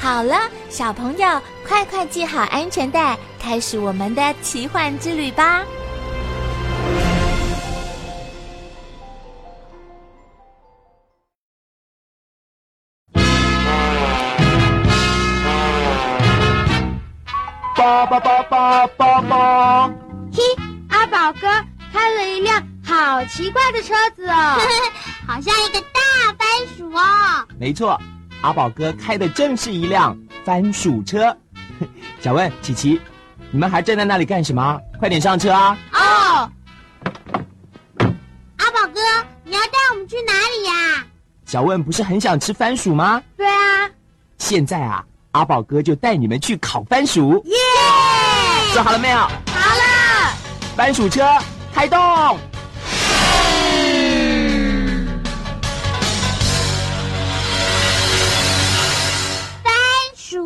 好了，小朋友，快快系好安全带，开始我们的奇幻之旅吧！叭叭叭叭叭叭！嘿，阿宝哥开了一辆好奇怪的车子 哦，好像一个大番薯哦。没错，阿宝哥开的正是一辆番薯车。 小问、琪琪，你们还站在那里干什么？快点上车啊！哦，阿宝哥，你要带我们去哪里呀、小问不是很想吃番薯吗？对啊，现在啊，阿宝哥就带你们去烤番薯。耶、做好了没有？好了，番薯车开动！番薯，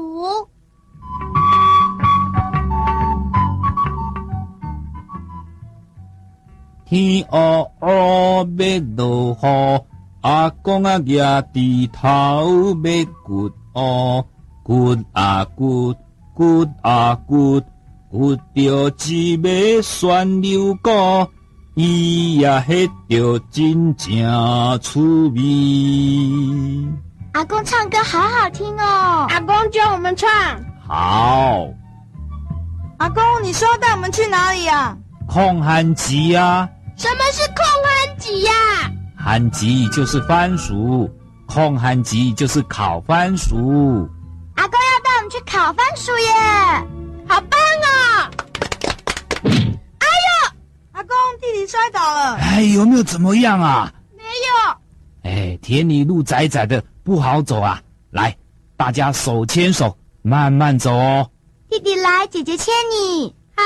天黑黑要落雨，阿公啊举猪头要骨哦，骨啊骨，骨啊骨，骨着一尾旋牛骨，伊呀迄着真正趣味。阿公唱歌好好听哦。阿公教我们唱。好，阿公，你说要带我们去哪里呀、空旱集啊，什么是空欢集呀、旱集就是番薯，空旱集就是烤番薯。阿公要带我们去烤番薯耶！好棒啊！哎呦，阿公弟弟摔倒了。哎，有没有怎么样啊？没有，哎，田里路窄窄的，不好走啊！来，大家手牵手，慢慢走哦。弟弟来，姐姐牵你。好，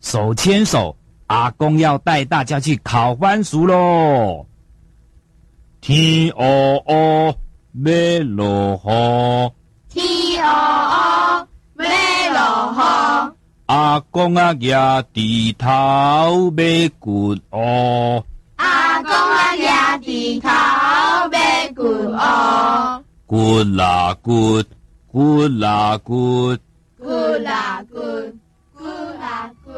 手牵手，阿公要带大家去烤番薯喽。天哦哦，要落雨，天哦哦，没落阿公啊举猪头要骨哦，阿公啊压低头背骨哦，骨啦骨，骨啦骨。咕啦咕，咕啦咕。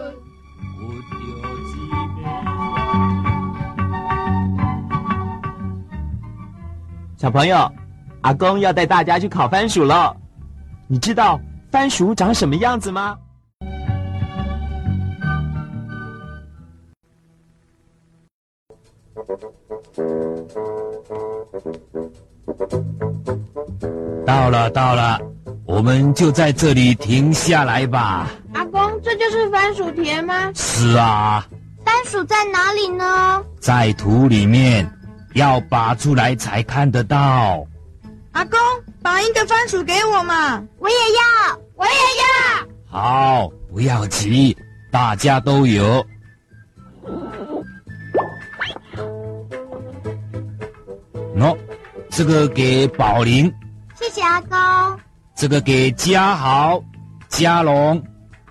小朋友，阿公要带大家去烤番薯了。你知道番薯长什么样子吗？到了，到了，我们就在这里停下来吧。阿公，这就是番薯田吗？是啊，番薯在哪里呢？在土里面，要拔出来才看得到。阿公，把一个番薯给我嘛。我也要，我也要。好，不要急，大家都有。喏，这个给宝林，谢谢阿公。这个给嘉豪、嘉龙，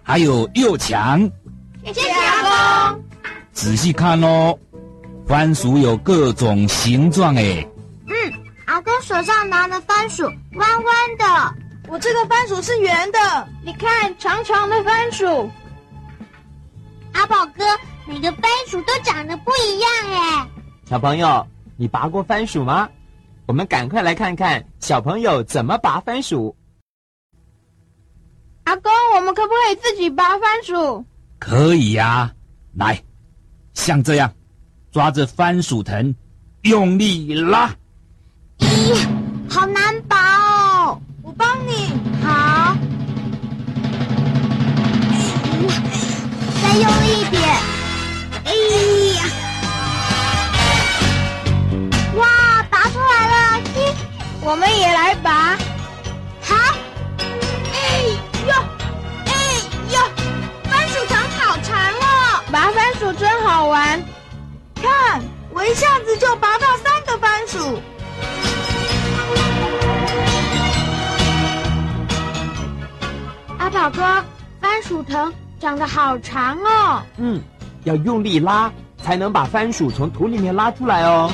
还有佑强。谢谢阿公。仔细看哦，番薯有各种形状诶。嗯，阿公手上拿的番薯弯弯的，我这个番薯是圆的，你看长长的番薯。阿宝哥，每个番薯都长得不一样哎。小朋友，你拔过番薯吗？我们赶快来看看小朋友怎么拔番薯。阿公，我们可不可以自己拔番薯？可以呀、来，像这样，抓着番薯藤，用力拉，咦，好难拔哦。我帮你。好，再用力一点。哎呀！哇，拔出来了！咦，我们也来拔。好。哎呦，哎呦，番薯藤好长哦，我一下子就拔到三个番薯。阿宝哥，番薯藤长得好长哦。嗯，要用力拉才能把番薯从土里面拉出来哦。